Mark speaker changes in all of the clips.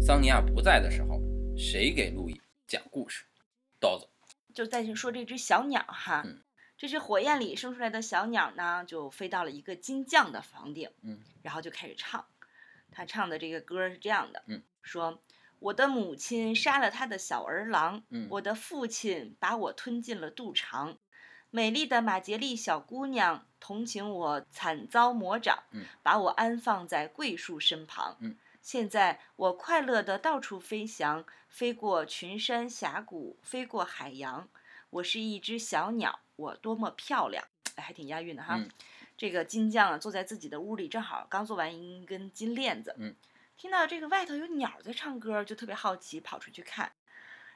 Speaker 1: 桑尼亚不在的时候，谁给路易讲故事？豆子，
Speaker 2: 就再去说这只小鸟哈，
Speaker 1: 嗯
Speaker 2: 这只火焰里生出来的小鸟呢，就飞到了一个金匠的房顶，
Speaker 1: 嗯
Speaker 2: 然后就开始唱。他唱的这个歌是这样的，
Speaker 1: 嗯
Speaker 2: 说我的母亲杀了他的小儿郎，
Speaker 1: 嗯
Speaker 2: 我的父亲把我吞进了肚肠。美丽的马杰丽小姑娘同情我惨遭魔掌，
Speaker 1: 嗯
Speaker 2: 把我安放在桂树身旁。
Speaker 1: 嗯
Speaker 2: 现在我快乐地到处飞翔，飞过群山峡谷，飞过海洋。我是一只小鸟，我多么漂亮！哎，还挺押韵的哈。
Speaker 1: 嗯
Speaker 2: 这个金匠啊，坐在自己的屋里，正好刚做完一根金链子，
Speaker 1: 嗯
Speaker 2: 听到这个外头有鸟在唱歌，就特别好奇，跑出去看。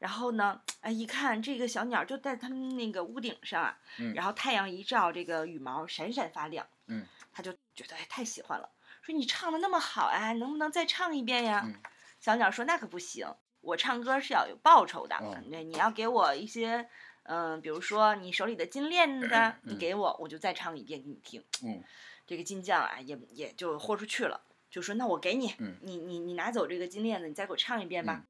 Speaker 2: 然后呢，哎，一看这个小鸟就在他们那个屋顶上啊，
Speaker 1: 嗯
Speaker 2: 然后太阳一照，这个羽毛闪闪发亮，
Speaker 1: 嗯，
Speaker 2: 他就觉得哎太喜欢了，说你唱的那么好啊，能不能再唱一遍呀？
Speaker 1: 嗯
Speaker 2: 小鸟说那可不行，我唱歌是要有报酬的，
Speaker 1: 哦
Speaker 2: 对，你要给我一些，嗯、比如说你手里的金链子，你
Speaker 1: 嗯
Speaker 2: 给我，我就再唱一遍给你听。
Speaker 1: 嗯
Speaker 2: 这个金匠啊，也也就豁出去了，就说那我给你，
Speaker 1: 嗯
Speaker 2: 你你你拿走这个金链子，你再给我唱一遍吧。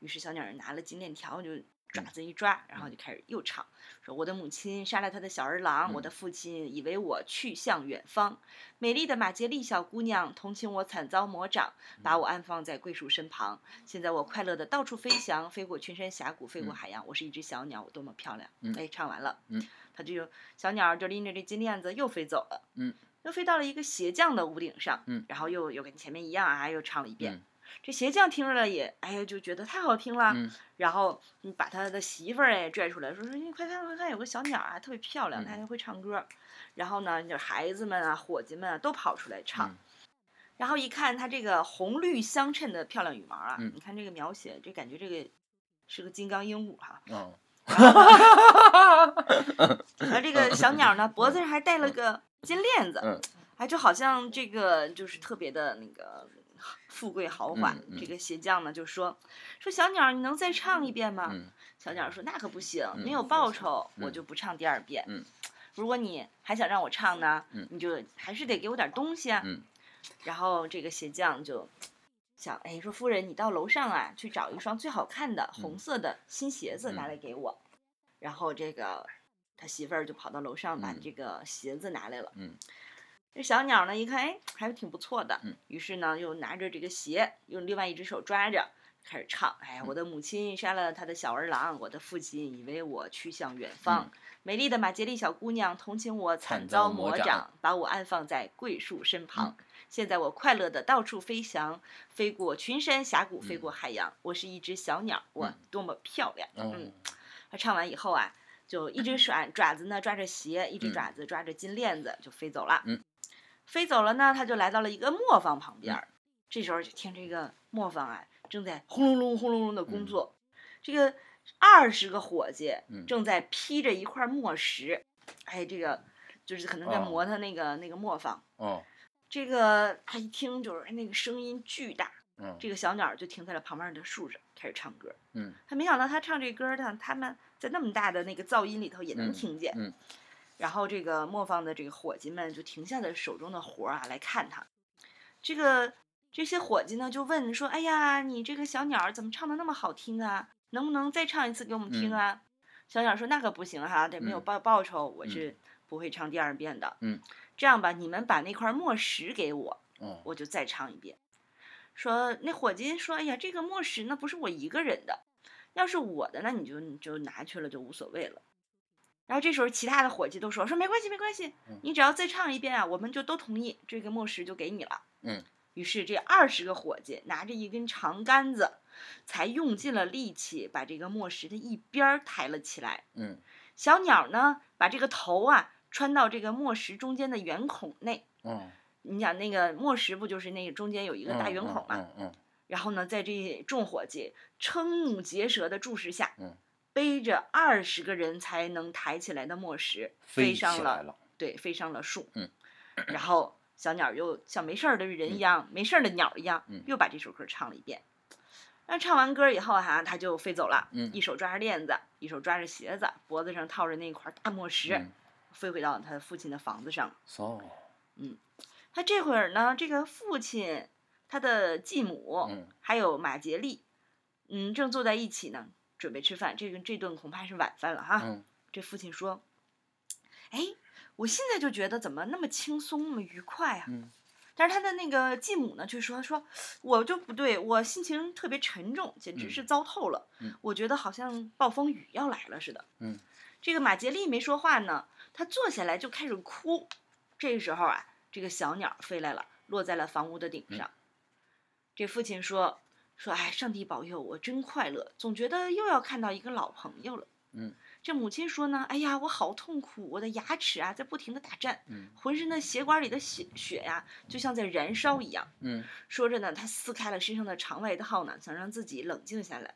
Speaker 2: 于是小鸟儿拿了金链条，就爪
Speaker 1: 嗯
Speaker 2: 子一抓，然后就开始又唱，说我的母亲杀了他的小儿郎，
Speaker 1: 嗯
Speaker 2: 我的父亲以为我去向远方，美丽的马杰丽小姑娘同情我惨遭魔掌，
Speaker 1: 嗯
Speaker 2: 把我安放在桂树身旁。现在我快乐的到处飞翔，飞过群山峡谷，飞
Speaker 1: 嗯
Speaker 2: 过海洋。我是一只小鸟，我多么漂亮！
Speaker 1: 嗯
Speaker 2: 哎，唱完了，
Speaker 1: 嗯，
Speaker 2: 它就小鸟儿就拎着这金链子又飞走了，
Speaker 1: 嗯，
Speaker 2: 又飞到了一个鞋匠的屋顶上，
Speaker 1: 嗯，
Speaker 2: 然后又又跟前面一样啊，又唱了一遍。
Speaker 1: 嗯
Speaker 2: 这鞋匠听着了也，哎呀，就觉得太好听了，
Speaker 1: 嗯
Speaker 2: 然后嗯把他的媳妇儿也拽出来，说说你快看快看，有个小鸟啊，特别漂亮，
Speaker 1: 嗯
Speaker 2: 她还会唱歌。然后呢，就孩子们啊、伙计们啊都跑出来唱。
Speaker 1: 嗯
Speaker 2: 然后一看她这个红绿相衬的漂亮羽毛啊，
Speaker 1: 嗯
Speaker 2: 你看这个描写，这感觉这个是个金刚鹦 鹉哈、
Speaker 1: 哦，
Speaker 2: 而这个小鸟呢，脖子上还戴了个金链子，
Speaker 1: 嗯
Speaker 2: 哎，就好像这个就是特别的那个富贵豪华。
Speaker 1: 嗯嗯
Speaker 2: 这个鞋匠呢就说说小鸟，你能再唱一遍吗？
Speaker 1: 嗯
Speaker 2: 小鸟说那可不行，
Speaker 1: 嗯
Speaker 2: 没有报酬，
Speaker 1: 嗯
Speaker 2: 我就不唱第二遍。
Speaker 1: 嗯
Speaker 2: 如果你还想让我唱呢，
Speaker 1: 嗯
Speaker 2: 你就还是得给我点东西啊。
Speaker 1: 嗯
Speaker 2: 然后这个鞋匠就想，哎，说夫人，你到楼上啊去找一双最好看的红色的新鞋子
Speaker 1: 嗯
Speaker 2: 拿来给我。然后这个他媳妇儿就跑到楼上把
Speaker 1: 嗯
Speaker 2: 这个鞋子拿来了。
Speaker 1: 嗯
Speaker 2: 这小鸟呢一看，哎，还挺不错的
Speaker 1: 嗯，
Speaker 2: 于是呢又拿着这个鞋，用另外一只手抓着。开始唱，哎，我的母亲杀了他的小儿郎，我的父亲以为我去向远方。
Speaker 1: 嗯
Speaker 2: 美丽的马杰丽小姑娘同情我惨
Speaker 1: 惨
Speaker 2: 遭
Speaker 1: 遭魔
Speaker 2: 魔
Speaker 1: 掌嗯
Speaker 2: 掌，把我安放在桂树身旁。现在我快乐的到处飞翔，飞过群山峡谷，飞
Speaker 1: 嗯
Speaker 2: 过海洋。我是一只小鸟，我
Speaker 1: 嗯
Speaker 2: 多么漂亮！
Speaker 1: 哦，
Speaker 2: 他唱完以后啊，就一只爪爪子呢抓着鞋，一只
Speaker 1: 嗯
Speaker 2: 爪子抓着金链子就飞走了。
Speaker 1: 嗯
Speaker 2: 飞走了呢，他就来到了一个磨坊旁边儿。这时候就听这个磨坊啊正在轰隆隆轰隆隆的工作，这个二十个伙计
Speaker 1: 嗯
Speaker 2: 正在劈着一块磨石，哎，这个就是可能在
Speaker 1: 哦
Speaker 2: 磨他那个、那个磨坊。
Speaker 1: 哦，
Speaker 2: 这个他一听就是那个声音巨大，
Speaker 1: 嗯
Speaker 2: 这个小鸟就停在了旁边的树上开始唱歌。
Speaker 1: 嗯
Speaker 2: 他没想到他唱这歌儿，他他们在那么大的那个噪音里头也能
Speaker 1: 嗯
Speaker 2: 听见。
Speaker 1: 嗯
Speaker 2: 然后这个磨坊的这个伙计们就停下了手中的活儿啊，来看他。这个这些伙计呢就问说：“哎呀，你这个小鸟儿怎么唱的那么好听啊？能不能再唱一次给我们听啊？”小鸟说：“那可不行哈、得没有
Speaker 1: 嗯
Speaker 2: 报报酬，我
Speaker 1: 嗯
Speaker 2: 是不会唱第二遍的。
Speaker 1: 嗯，
Speaker 2: 这样吧，你们把那块墨石给我，
Speaker 1: 哦，
Speaker 2: 我就再唱一遍。说那伙计说：“哎呀，这个墨石呢不是我一个人的，要是我的那你就你就拿去了就无所谓了。”然后这时候其他的伙计都说：“说没关系，没关系
Speaker 1: 嗯，
Speaker 2: 你只要再唱一遍啊，我们就都同意，这个墨石就给你了。”
Speaker 1: 嗯。
Speaker 2: 于是这二十个伙计拿着一根长杆子，才用尽了力气把这个墨石的一边儿抬了起来。
Speaker 1: 嗯
Speaker 2: 小鸟呢，把这个头啊穿到这个墨石中间的圆孔内，
Speaker 1: 哦，
Speaker 2: 你想那个墨石不就是那个中间有一
Speaker 1: 一
Speaker 2: 个大圆孔嘛？
Speaker 1: 嗯嗯
Speaker 2: 然后呢，在这众伙计瞠目结舌的注视下，
Speaker 1: 嗯
Speaker 2: 背着二十个人才能抬起来的墨石
Speaker 1: 起
Speaker 2: 飞上
Speaker 1: 来
Speaker 2: 了，
Speaker 1: 了，
Speaker 2: 对，飞上了树。
Speaker 1: 嗯，
Speaker 2: 然后小鸟又像没事儿的人一样，没事儿的鸟一样，
Speaker 1: 嗯
Speaker 2: 又把这首歌唱了一遍。那唱完歌以后哈、它就飞走了，
Speaker 1: 嗯
Speaker 2: 一手抓着链子，一手抓着鞋子，脖子上套着那块大墨石，
Speaker 1: 嗯，
Speaker 2: 飞回到他父亲的房子上。
Speaker 1: so，
Speaker 2: 他这会儿呢，这个父亲他的继母，
Speaker 1: 嗯
Speaker 2: 还有马杰利，嗯，正坐在一起呢，准备吃饭。这个这顿恐怕是晚饭了哈。
Speaker 1: 嗯
Speaker 2: 这父亲说：“哎，我现在就觉得怎么那么轻松，那么愉快啊！”
Speaker 1: 嗯
Speaker 2: 但是他的那个继母呢，却说：“说我就不对，我心情特别沉重，简直
Speaker 1: 嗯
Speaker 2: 是糟透了。
Speaker 1: 嗯
Speaker 2: 我觉得好像暴风雨要来了似的。”
Speaker 1: 嗯，
Speaker 2: 这个马杰利没说话呢，他坐下来就开始哭。这个时候啊，这个小鸟飞来了，落在了房屋的顶上。
Speaker 1: 嗯
Speaker 2: 这父亲说：“说哎，上帝保佑，我真快乐，总觉得又要看到一个老朋友了。”
Speaker 1: 嗯，
Speaker 2: 这母亲说呢：“哎呀，我好痛苦，我的牙齿啊在不停的打颤，
Speaker 1: 嗯
Speaker 2: 浑身的血管里的血血呀、就像在燃烧一样。”
Speaker 1: 嗯
Speaker 2: 说着呢，他撕开了身上的长外套呢，想让自己冷静下来。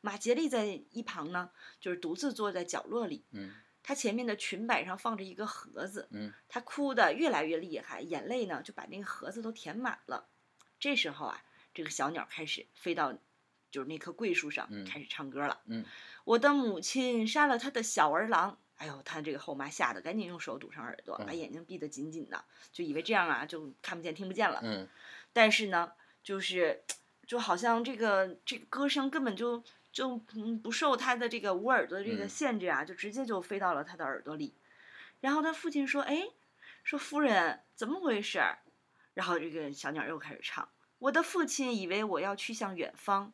Speaker 2: 马杰利在一旁呢，就是独自坐在角落里，
Speaker 1: 嗯
Speaker 2: 她前面的裙摆上放着一个盒子，
Speaker 1: 嗯
Speaker 2: 她哭得越来越厉害，眼泪呢就把那个盒子都填满了。这时候啊，这个小鸟开始飞到，就是那棵桂树上，
Speaker 1: 嗯
Speaker 2: 开始唱歌了。
Speaker 1: 嗯
Speaker 2: 我的母亲杀了他的小儿郎，哎呦，他这个后妈吓得赶紧用手堵上耳朵，把
Speaker 1: 嗯
Speaker 2: 眼睛闭得紧紧的，就以为这样啊就看不见听不见了。
Speaker 1: 嗯
Speaker 2: 但是呢，就是就好像这个这个歌声根本就就嗯不受他的这个捂耳朵的这个
Speaker 1: 嗯
Speaker 2: 限制啊，就直接就飞到了他的耳朵里。然后他父亲说：“哎，说夫人怎么回事儿？”然后这个小鸟又开始唱：“我的父亲以为我要去向远方。”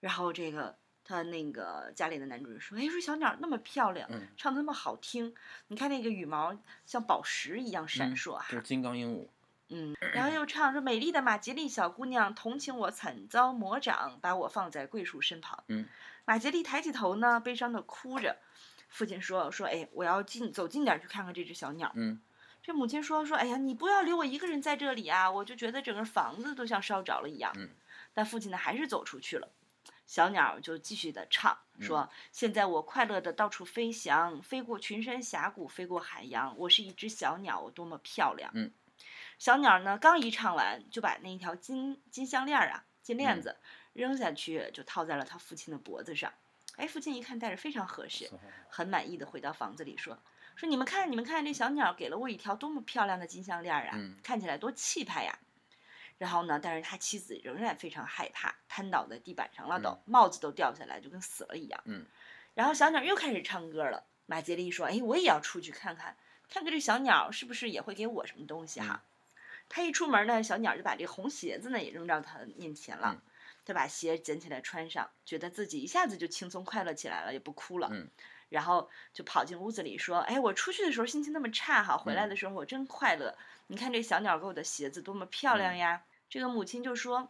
Speaker 2: 然后这个他那个家里的男主人说：“哎，说小鸟那么漂亮，
Speaker 1: 嗯，
Speaker 2: 唱的那么好听，你看那个羽毛像宝石一样闪
Speaker 1: 嗯
Speaker 2: 烁啊哈。
Speaker 1: 就是金刚鹦鹉。
Speaker 2: 嗯，然后又唱说：“美丽的马吉利小姑娘，同情我惨遭魔掌，把我放在桂树身旁。”
Speaker 1: 嗯，
Speaker 2: 马吉利抬起头呢，悲伤的哭着。父亲说：“说哎，我要近走近点儿去看看这只小鸟。
Speaker 1: 嗯”
Speaker 2: 这母亲说：“说哎呀，你不要留我一个人在这里啊，我就觉得整个房子都像烧着了一样。”
Speaker 1: 嗯，
Speaker 2: 但父亲呢还是走出去了。小鸟就继续的唱，说：“
Speaker 1: 嗯
Speaker 2: 现在我快乐的到处飞翔，飞过群山峡谷，飞过海洋。我是一只小鸟，我多么漂亮。”
Speaker 1: 嗯，
Speaker 2: 小鸟呢刚一唱完，就把那一条金金项链儿啊、金链
Speaker 1: 嗯
Speaker 2: 子扔下去，就套在了他父亲的脖子上。哎，父亲一看戴着非常合适，很满意的回到房子里说：“说你们看，你们看，这小鸟给了我一条多么漂亮的金项链儿啊，
Speaker 1: 嗯
Speaker 2: 看起来多气派呀、然后呢，但是他妻子仍然非常害怕，瘫倒在地板上了都，
Speaker 1: 嗯
Speaker 2: 帽子都掉下来，就跟死了一样。
Speaker 1: 嗯，
Speaker 2: 然后小鸟又开始唱歌了。马杰利说：“哎，我也要出去看看，看看这小鸟是不是也会给我什么东西
Speaker 1: 嗯
Speaker 2: 哈。他一出门呢，小鸟就把这红鞋子呢也扔到他面前了。
Speaker 1: 嗯
Speaker 2: 他把鞋捡起来穿上，觉得自己一下子就轻松快乐起来了，也不哭了。
Speaker 1: 嗯
Speaker 2: 然后就跑进屋子里说：“哎，我出去的时候心情那么差哈，回
Speaker 1: 嗯
Speaker 2: 来的时候我真快乐。你看这小鸟给我的鞋子多么漂
Speaker 1: 嗯
Speaker 2: 亮呀！”这个母亲就说：“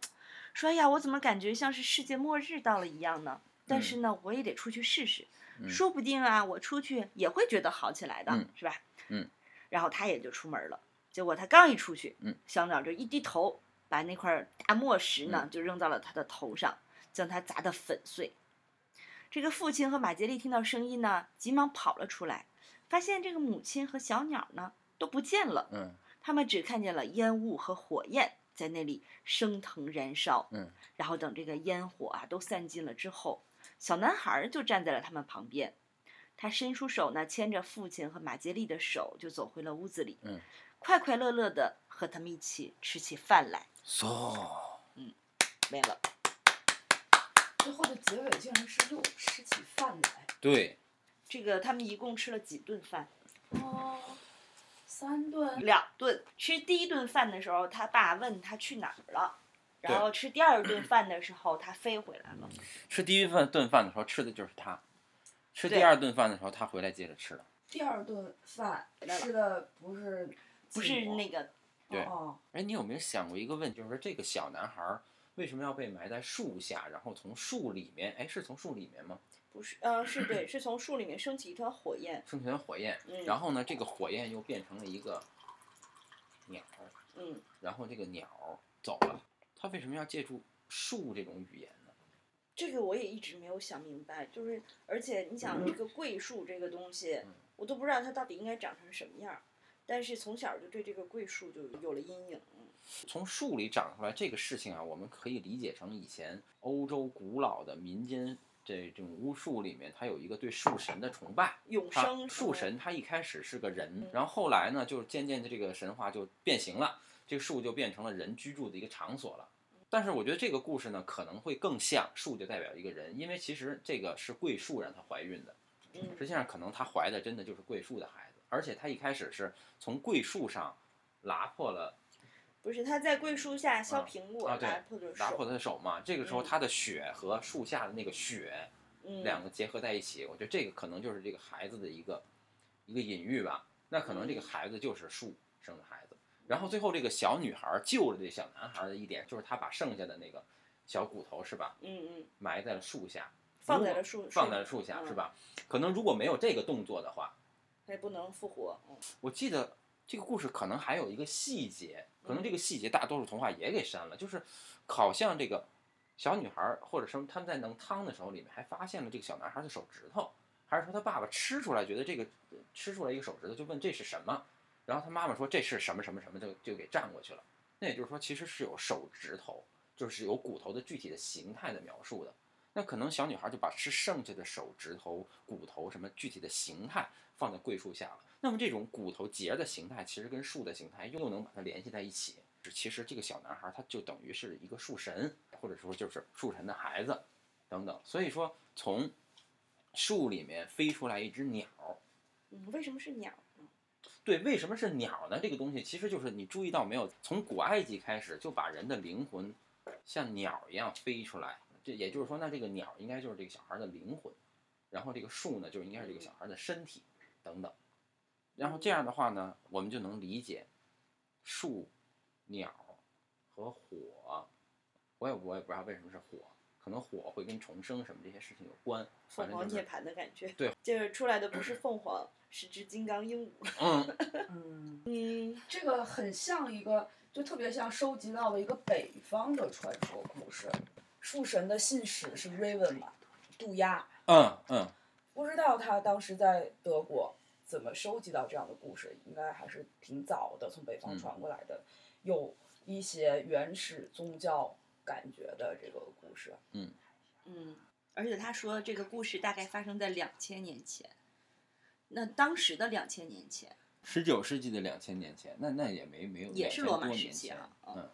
Speaker 2: 说哎呀，我怎么感觉像是世界末日到了一样呢？但是呢，我也得出去试试，
Speaker 1: 嗯
Speaker 2: 说不定啊，我出去也会觉得好起来的，
Speaker 1: 嗯
Speaker 2: 是吧？”
Speaker 1: 嗯。
Speaker 2: 然后他也就出门了。结果他刚一出去，
Speaker 1: 嗯
Speaker 2: 小鸟就一低头，把那块儿大磨石
Speaker 1: 嗯
Speaker 2: 呢、就扔到了他的头上，将他砸得粉碎。这个父亲和马杰利听到声音呢，急忙跑了出来，发现这个母亲和小鸟呢都不见了，
Speaker 1: 嗯
Speaker 2: 他们只看见了烟雾和火焰在那里升腾燃烧。
Speaker 1: 嗯
Speaker 2: 然后等这个烟火啊都散尽了之后，小男孩儿就站在了他们旁边，他伸出手呢，牵着父亲和马杰利的手，就走回了屋子里。
Speaker 1: 嗯，
Speaker 2: 快快乐乐的和他们一起吃起饭来。
Speaker 1: ，so
Speaker 2: 没了，
Speaker 3: 最后的结尾竟然是又吃起饭来。
Speaker 1: 对，
Speaker 2: 这个他们一共吃了几顿饭？
Speaker 3: 哦，三顿。
Speaker 2: 两顿。吃第一顿饭的时候，他爸问他去哪儿了，然
Speaker 1: 对嗯
Speaker 2: 后吃第二顿饭的时候，他飞回来了。
Speaker 1: 吃第一份顿饭的时候吃的就是它，吃第
Speaker 2: 对
Speaker 1: 二顿饭的时候它回来接着吃了。
Speaker 3: 第二顿饭
Speaker 2: 回来了
Speaker 3: 吃的不是
Speaker 2: 不是那个，
Speaker 1: 对
Speaker 3: 哦，
Speaker 1: 哎，你有没有想过一个问题，就是说这个小男孩儿为什么要被埋在树下，然后从树里面，哎，是从树里面吗？
Speaker 2: 不是，嗯、是对，是从树里面升起一团火焰。
Speaker 1: 生成火焰，
Speaker 2: 嗯
Speaker 1: 然后呢，这个火焰又变成了一个鸟儿，
Speaker 2: 嗯，
Speaker 1: 然后这个鸟儿走了，它为什么要借助树这种语言呢？
Speaker 2: 这个我也一直没有想明白，就是而且你想这个桂树这个东西
Speaker 1: 嗯，
Speaker 2: 我都不知道它到底应该长成什么样儿，但是从小就对这个桂树就有了阴影。
Speaker 1: 从树里长出来这个事情啊，我们可以理解成以前欧洲古老的民间这这种巫术里面，它有一个对树神的崇拜。
Speaker 2: 永
Speaker 1: 他
Speaker 2: 生
Speaker 1: 树
Speaker 2: 什么
Speaker 1: 神他一开始是个人
Speaker 2: 嗯，
Speaker 1: 然后后来呢，就是渐渐的这个神话就变形了，这个树就变成了人居住的一个场所了。但是我觉得这个故事呢，可能会更像树就代表一个人，因为其实这个是桂树让她怀孕的，
Speaker 2: 嗯
Speaker 1: 实际上可能她怀的真的就是桂树的孩子，而且她一开始是从桂树上拉破了
Speaker 2: 不是，他在桂树下
Speaker 1: 削
Speaker 2: 削
Speaker 1: 啊
Speaker 2: 苹
Speaker 1: 啊
Speaker 2: 果，
Speaker 1: 对
Speaker 2: 拿破仑
Speaker 1: 拉破
Speaker 2: 手，
Speaker 1: 她的手嘛，这个时候
Speaker 2: 嗯
Speaker 1: 她的血和树下的那个血
Speaker 2: 嗯，
Speaker 1: 两个结合在一起，我觉得这个可能就是这个孩子的一个一个隐喻吧，那可能这个孩子就是树生的孩子。然后最后这个小女孩救了这小男孩的一点，就是她把剩下的那个小骨头是吧，
Speaker 2: 嗯嗯，
Speaker 1: 埋在了树下，
Speaker 2: 放在了树，
Speaker 1: 放在了树下
Speaker 2: 嗯
Speaker 1: 是吧？可能如果没有这个动作的话，
Speaker 2: 他也不能复活，嗯
Speaker 1: 我记得这个故事可能还有一个细节，可能这个细节大多数童话也给删了，就是好像这个小女孩儿或者什么他们在弄汤的时候，里面还发现了这个小男孩的手指头，还是说他爸爸吃出来觉得这个呃吃出来一个手指头，就问这是什么，然后他妈妈说这是什么什么什么，就就给占过去了。那也就是说，其实是有手指头，就是有骨头的具体的形态的描述的。那可能小女孩就把吃剩下的手指头、骨头什么具体的形态放在桂树下了。那么这种骨头节的形态，其实跟树的形态又能把它联系在一起。其实这个小男孩他就等于是一个树神，或者说就是树神的孩子等等。所以说，从树里面飞出来一只鸟，
Speaker 2: 嗯，为什么是鸟呢？
Speaker 1: 对，为什么是鸟呢？这个东西其实就是你注意到没有，从古埃及开始就把人的灵魂像鸟一样飞出来。这也就是说，那这个鸟应该就是这个小孩的灵魂，然后这个树呢，就应该是这个小孩的身体等等。然后这样的话呢，我们就能理解树、鸟和火。我也我也不知道为什么是火，可能火会跟重生什么这些事情有关。反
Speaker 2: 凤
Speaker 1: 正
Speaker 2: 凰
Speaker 1: 就是
Speaker 2: 涅槃的感觉，
Speaker 1: 对，
Speaker 2: 就是出来的不是凤凰，是只金刚鹦鹉，
Speaker 1: 嗯，
Speaker 3: 嗯，
Speaker 2: 嗯，
Speaker 3: 这个很像一个，就特别像收集到了一个北方的传说故事。树神的信使是 Raven 嘛，渡鸦。
Speaker 1: 嗯嗯，
Speaker 3: 不知道他当时在德国怎么收集到这样的故事，应该还是挺早的，从北
Speaker 1: 嗯
Speaker 3: 方传过来的，有一些原始宗教感觉的这个故事。
Speaker 2: 嗯，而且他说这个故事大概发生在两千年前，那当时的两千年前，
Speaker 1: 十九世纪的两千年前，那那也没没有
Speaker 2: 也
Speaker 1: 2000
Speaker 2: 是罗马
Speaker 1: 多
Speaker 2: 时
Speaker 1: 年
Speaker 2: 期
Speaker 1: 前
Speaker 2: 啊嗯
Speaker 1: 嗯，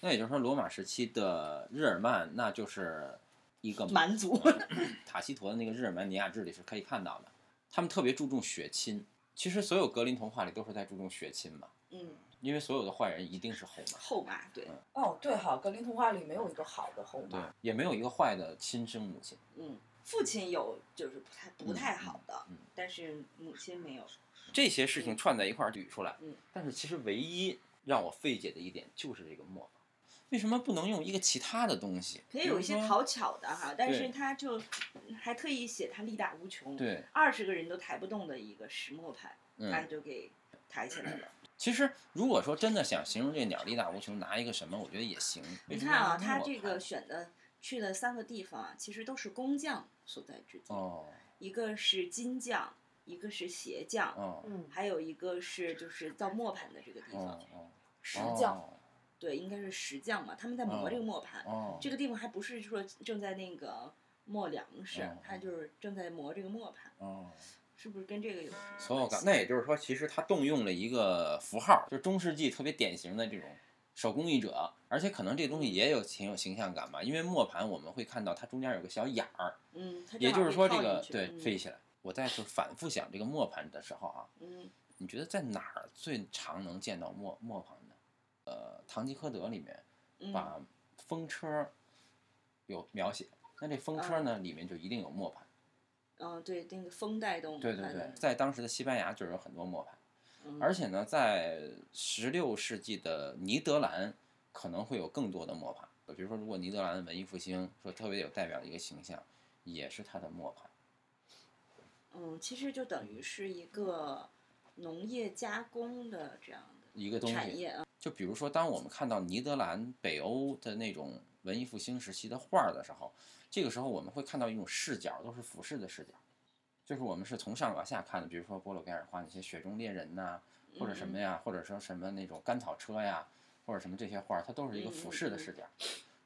Speaker 1: 那也就是说罗马时期的日耳曼，那就是一个
Speaker 2: 蛮族
Speaker 1: 嗯塔西佗的那个日耳曼尼亚志里是可以看到的，他们特别注重血亲。其实所有格林童话里都是在注重血亲嘛，
Speaker 2: 嗯，
Speaker 1: 因为所有的坏人一定是后妈，
Speaker 2: 后妈对，
Speaker 1: 嗯
Speaker 3: 哦，对哈，格林童话里没有一个好的后
Speaker 1: 对
Speaker 3: 妈，，
Speaker 1: 也没有一个坏的亲生母亲。
Speaker 2: 嗯，父亲有就是不太不太好的，
Speaker 1: 嗯嗯嗯
Speaker 2: 但是母亲没有，
Speaker 1: 这些事情串在一块儿捋出来。
Speaker 2: 嗯
Speaker 1: 但是其实唯一让我费解的一点就是这个磨坊，为什么不能用一个其他的东西？
Speaker 2: 可以有一些
Speaker 1: 比如说
Speaker 2: 讨巧的哈，但
Speaker 1: 对
Speaker 2: 是他就还特意写他力大无穷，
Speaker 1: 对，
Speaker 2: 二十个人都抬不动的一个石磨盘，
Speaker 1: 嗯
Speaker 2: 他就给抬 起来了。
Speaker 1: 其实，如果说真的想形容这鸟力大无穷，拿一个什么，我觉得也行。
Speaker 2: 你看啊，他这
Speaker 1: 我
Speaker 2: 个
Speaker 1: 看
Speaker 2: 选的去的三个地方啊，其实都是工匠所在之地，
Speaker 1: 哦
Speaker 2: 一个是金匠，一个是鞋匠，
Speaker 1: 哦
Speaker 3: 嗯，
Speaker 2: 还有一个是就是造磨盘的这个地方，
Speaker 1: 哦哦，
Speaker 3: 石匠，
Speaker 2: 对，应该是石匠嘛，他们在磨
Speaker 1: 哦
Speaker 2: 这个磨盘。
Speaker 1: 哦，
Speaker 2: 这个地方还不是说正在那个磨粮食，
Speaker 1: 哦
Speaker 2: 他就是正在磨这个磨盘，
Speaker 1: 哦，
Speaker 2: 是不是跟这个有什么
Speaker 1: 所有感
Speaker 2: 关。系
Speaker 1: 那也就是说，其实他动用了一个符号，就是中世纪特别典型的这种手工艺者，而且可能这东西也有挺有形象感吧，因为磨盘我们会看到它中间有个小眼儿，
Speaker 2: 嗯，它
Speaker 1: 也
Speaker 2: 正好
Speaker 1: 就是说
Speaker 2: 可以
Speaker 1: 这
Speaker 2: 套进
Speaker 1: 个
Speaker 2: 去
Speaker 1: 对
Speaker 2: 嗯
Speaker 1: 飞起来。我再就反复想这个磨盘的时候啊，
Speaker 2: 嗯，
Speaker 1: 你觉得在哪儿最常能见到磨磨盘呢？呃，《堂吉诃德》里面。
Speaker 2: 嗯
Speaker 1: 把风车有描写。那这风车呢，里面就一定有磨盘。
Speaker 2: 嗯，对，那个风带动，
Speaker 1: 嗯对对对，，在当时的西班牙就是有很多磨盘，
Speaker 2: 嗯、
Speaker 1: 而且呢，在十六世纪的尼德兰可能会有更多的磨盘。比如说，如果尼德兰文艺复兴说特别有代表的一个形象，也是它的磨盘。
Speaker 2: 嗯，其实就等于是一个农业加工的这样的，
Speaker 1: 一个东西。
Speaker 2: 啊
Speaker 1: 就比如说，当我们看到尼德兰、北欧的那种文艺复兴时期的画儿的时候，这个时候我们会看到一种视角，都是俯视的视角，就是我们是从上往下看的。比如说波洛盖尔画那些雪中猎人呐、或者什么
Speaker 2: 呀，
Speaker 1: 呀，或者说什么那种甘草车呀，或者什么这些画儿，它都是一个俯视
Speaker 2: 嗯
Speaker 1: 的视角。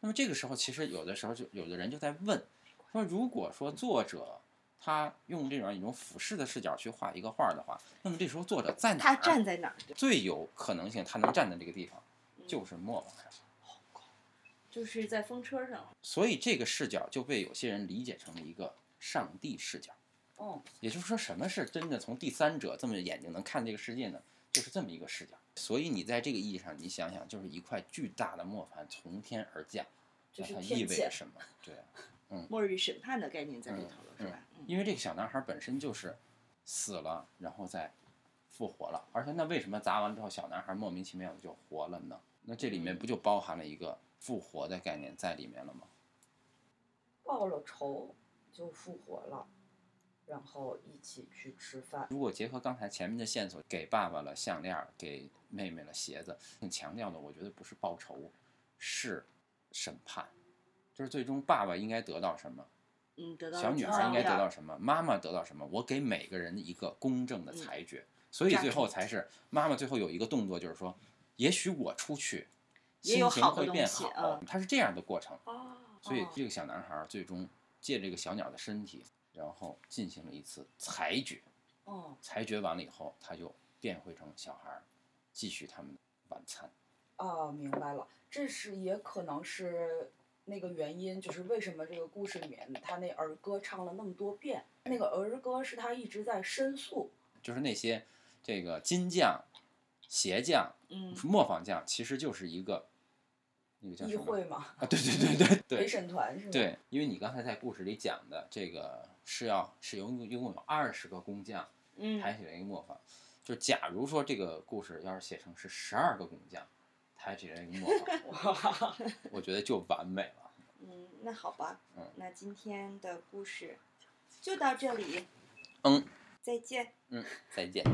Speaker 1: 那么这个时候，其实有的时候就有的人就在问，说如果说作者他用这样一种俯视的视角去画一个画儿的话，那么这时候作者在哪儿？
Speaker 2: 他站在哪儿？
Speaker 1: 最有可能性他能站在这个地方，
Speaker 2: 嗯
Speaker 1: 就是磨坊上。
Speaker 2: 就是在风车上，
Speaker 1: 所以这个视角就被有些人理解成了一个上帝视角。
Speaker 3: 嗯，
Speaker 1: 也就是说，什么是真的从第三者这么眼睛能看这个世界呢？就是这么一个视角。所以你在这个意义上，你想想，就是一块巨大的磨盘从天而降，
Speaker 3: 就
Speaker 1: 那
Speaker 3: 是
Speaker 1: 它意
Speaker 3: 天
Speaker 1: 味着
Speaker 3: 谴。
Speaker 1: 什么？对，
Speaker 2: 末日审判的概念在里头了，
Speaker 1: 嗯
Speaker 2: 是吧？嗯，
Speaker 1: 因为这个小男孩本身就是死了，然后再复活了，而且那为什么砸完之后小男孩莫名其妙的就活了呢？那这里面不就包含了一个复活的概念在里面了吗？
Speaker 3: 报了仇就复活了，然后一起去吃饭。
Speaker 1: 如果结合刚才前面的线索，给爸爸了项链儿，给妹妹了鞋子，更强调的，我觉得不是报仇，是审判，就是最终爸爸应该得到什么，
Speaker 2: 嗯，得到
Speaker 1: 小
Speaker 2: 了啊
Speaker 1: 女
Speaker 2: 金
Speaker 1: 孩
Speaker 2: 项
Speaker 1: 应该
Speaker 2: 链
Speaker 1: 得到什么，妈妈得到什么，我给每个人一个公正
Speaker 2: 嗯
Speaker 1: 的裁决，所以最后才是妈妈最后有一个动作，就是说，也许我出去，
Speaker 2: 也
Speaker 1: 心
Speaker 2: 有
Speaker 1: 情
Speaker 2: 好的
Speaker 1: 会
Speaker 2: 东
Speaker 1: 变
Speaker 2: 西嗯
Speaker 1: 好，它是这样的过程。
Speaker 3: 哦，
Speaker 1: 所以
Speaker 3: 哦
Speaker 1: 这个小男孩儿最终借这个小鸟的身体，然后进行了一次裁决。
Speaker 3: 哦
Speaker 1: 裁决完了以后，他就变回成小孩儿，继续他们的晚餐。
Speaker 3: 啊，明白了，这是也可能是那个原因，就是为什么这个故事里面他那儿歌唱了那么多遍，那个儿歌是他一直在申诉。
Speaker 1: 就是那些这个金匠、鞋匠、
Speaker 2: 嗯，
Speaker 1: 磨坊匠，其实就是一个那个叫
Speaker 3: 议
Speaker 1: 什么
Speaker 3: 会嘛，
Speaker 1: 啊？对对对对
Speaker 3: 陪
Speaker 1: 对
Speaker 3: 审团是吧？，
Speaker 1: 对，因为你刚才在故事里讲的这个是要是有一共有二十个工匠
Speaker 2: 嗯，
Speaker 1: 抬起了一个磨坊。就假如说这个故事要是写成是十二个工匠抬起了一个磨坊，
Speaker 3: 哇，
Speaker 1: 我觉得就完美了。
Speaker 2: 嗯，那好吧，
Speaker 1: 嗯
Speaker 2: 那今天的故事就到这里，
Speaker 1: 嗯，
Speaker 2: 再见。
Speaker 1: 嗯，再见。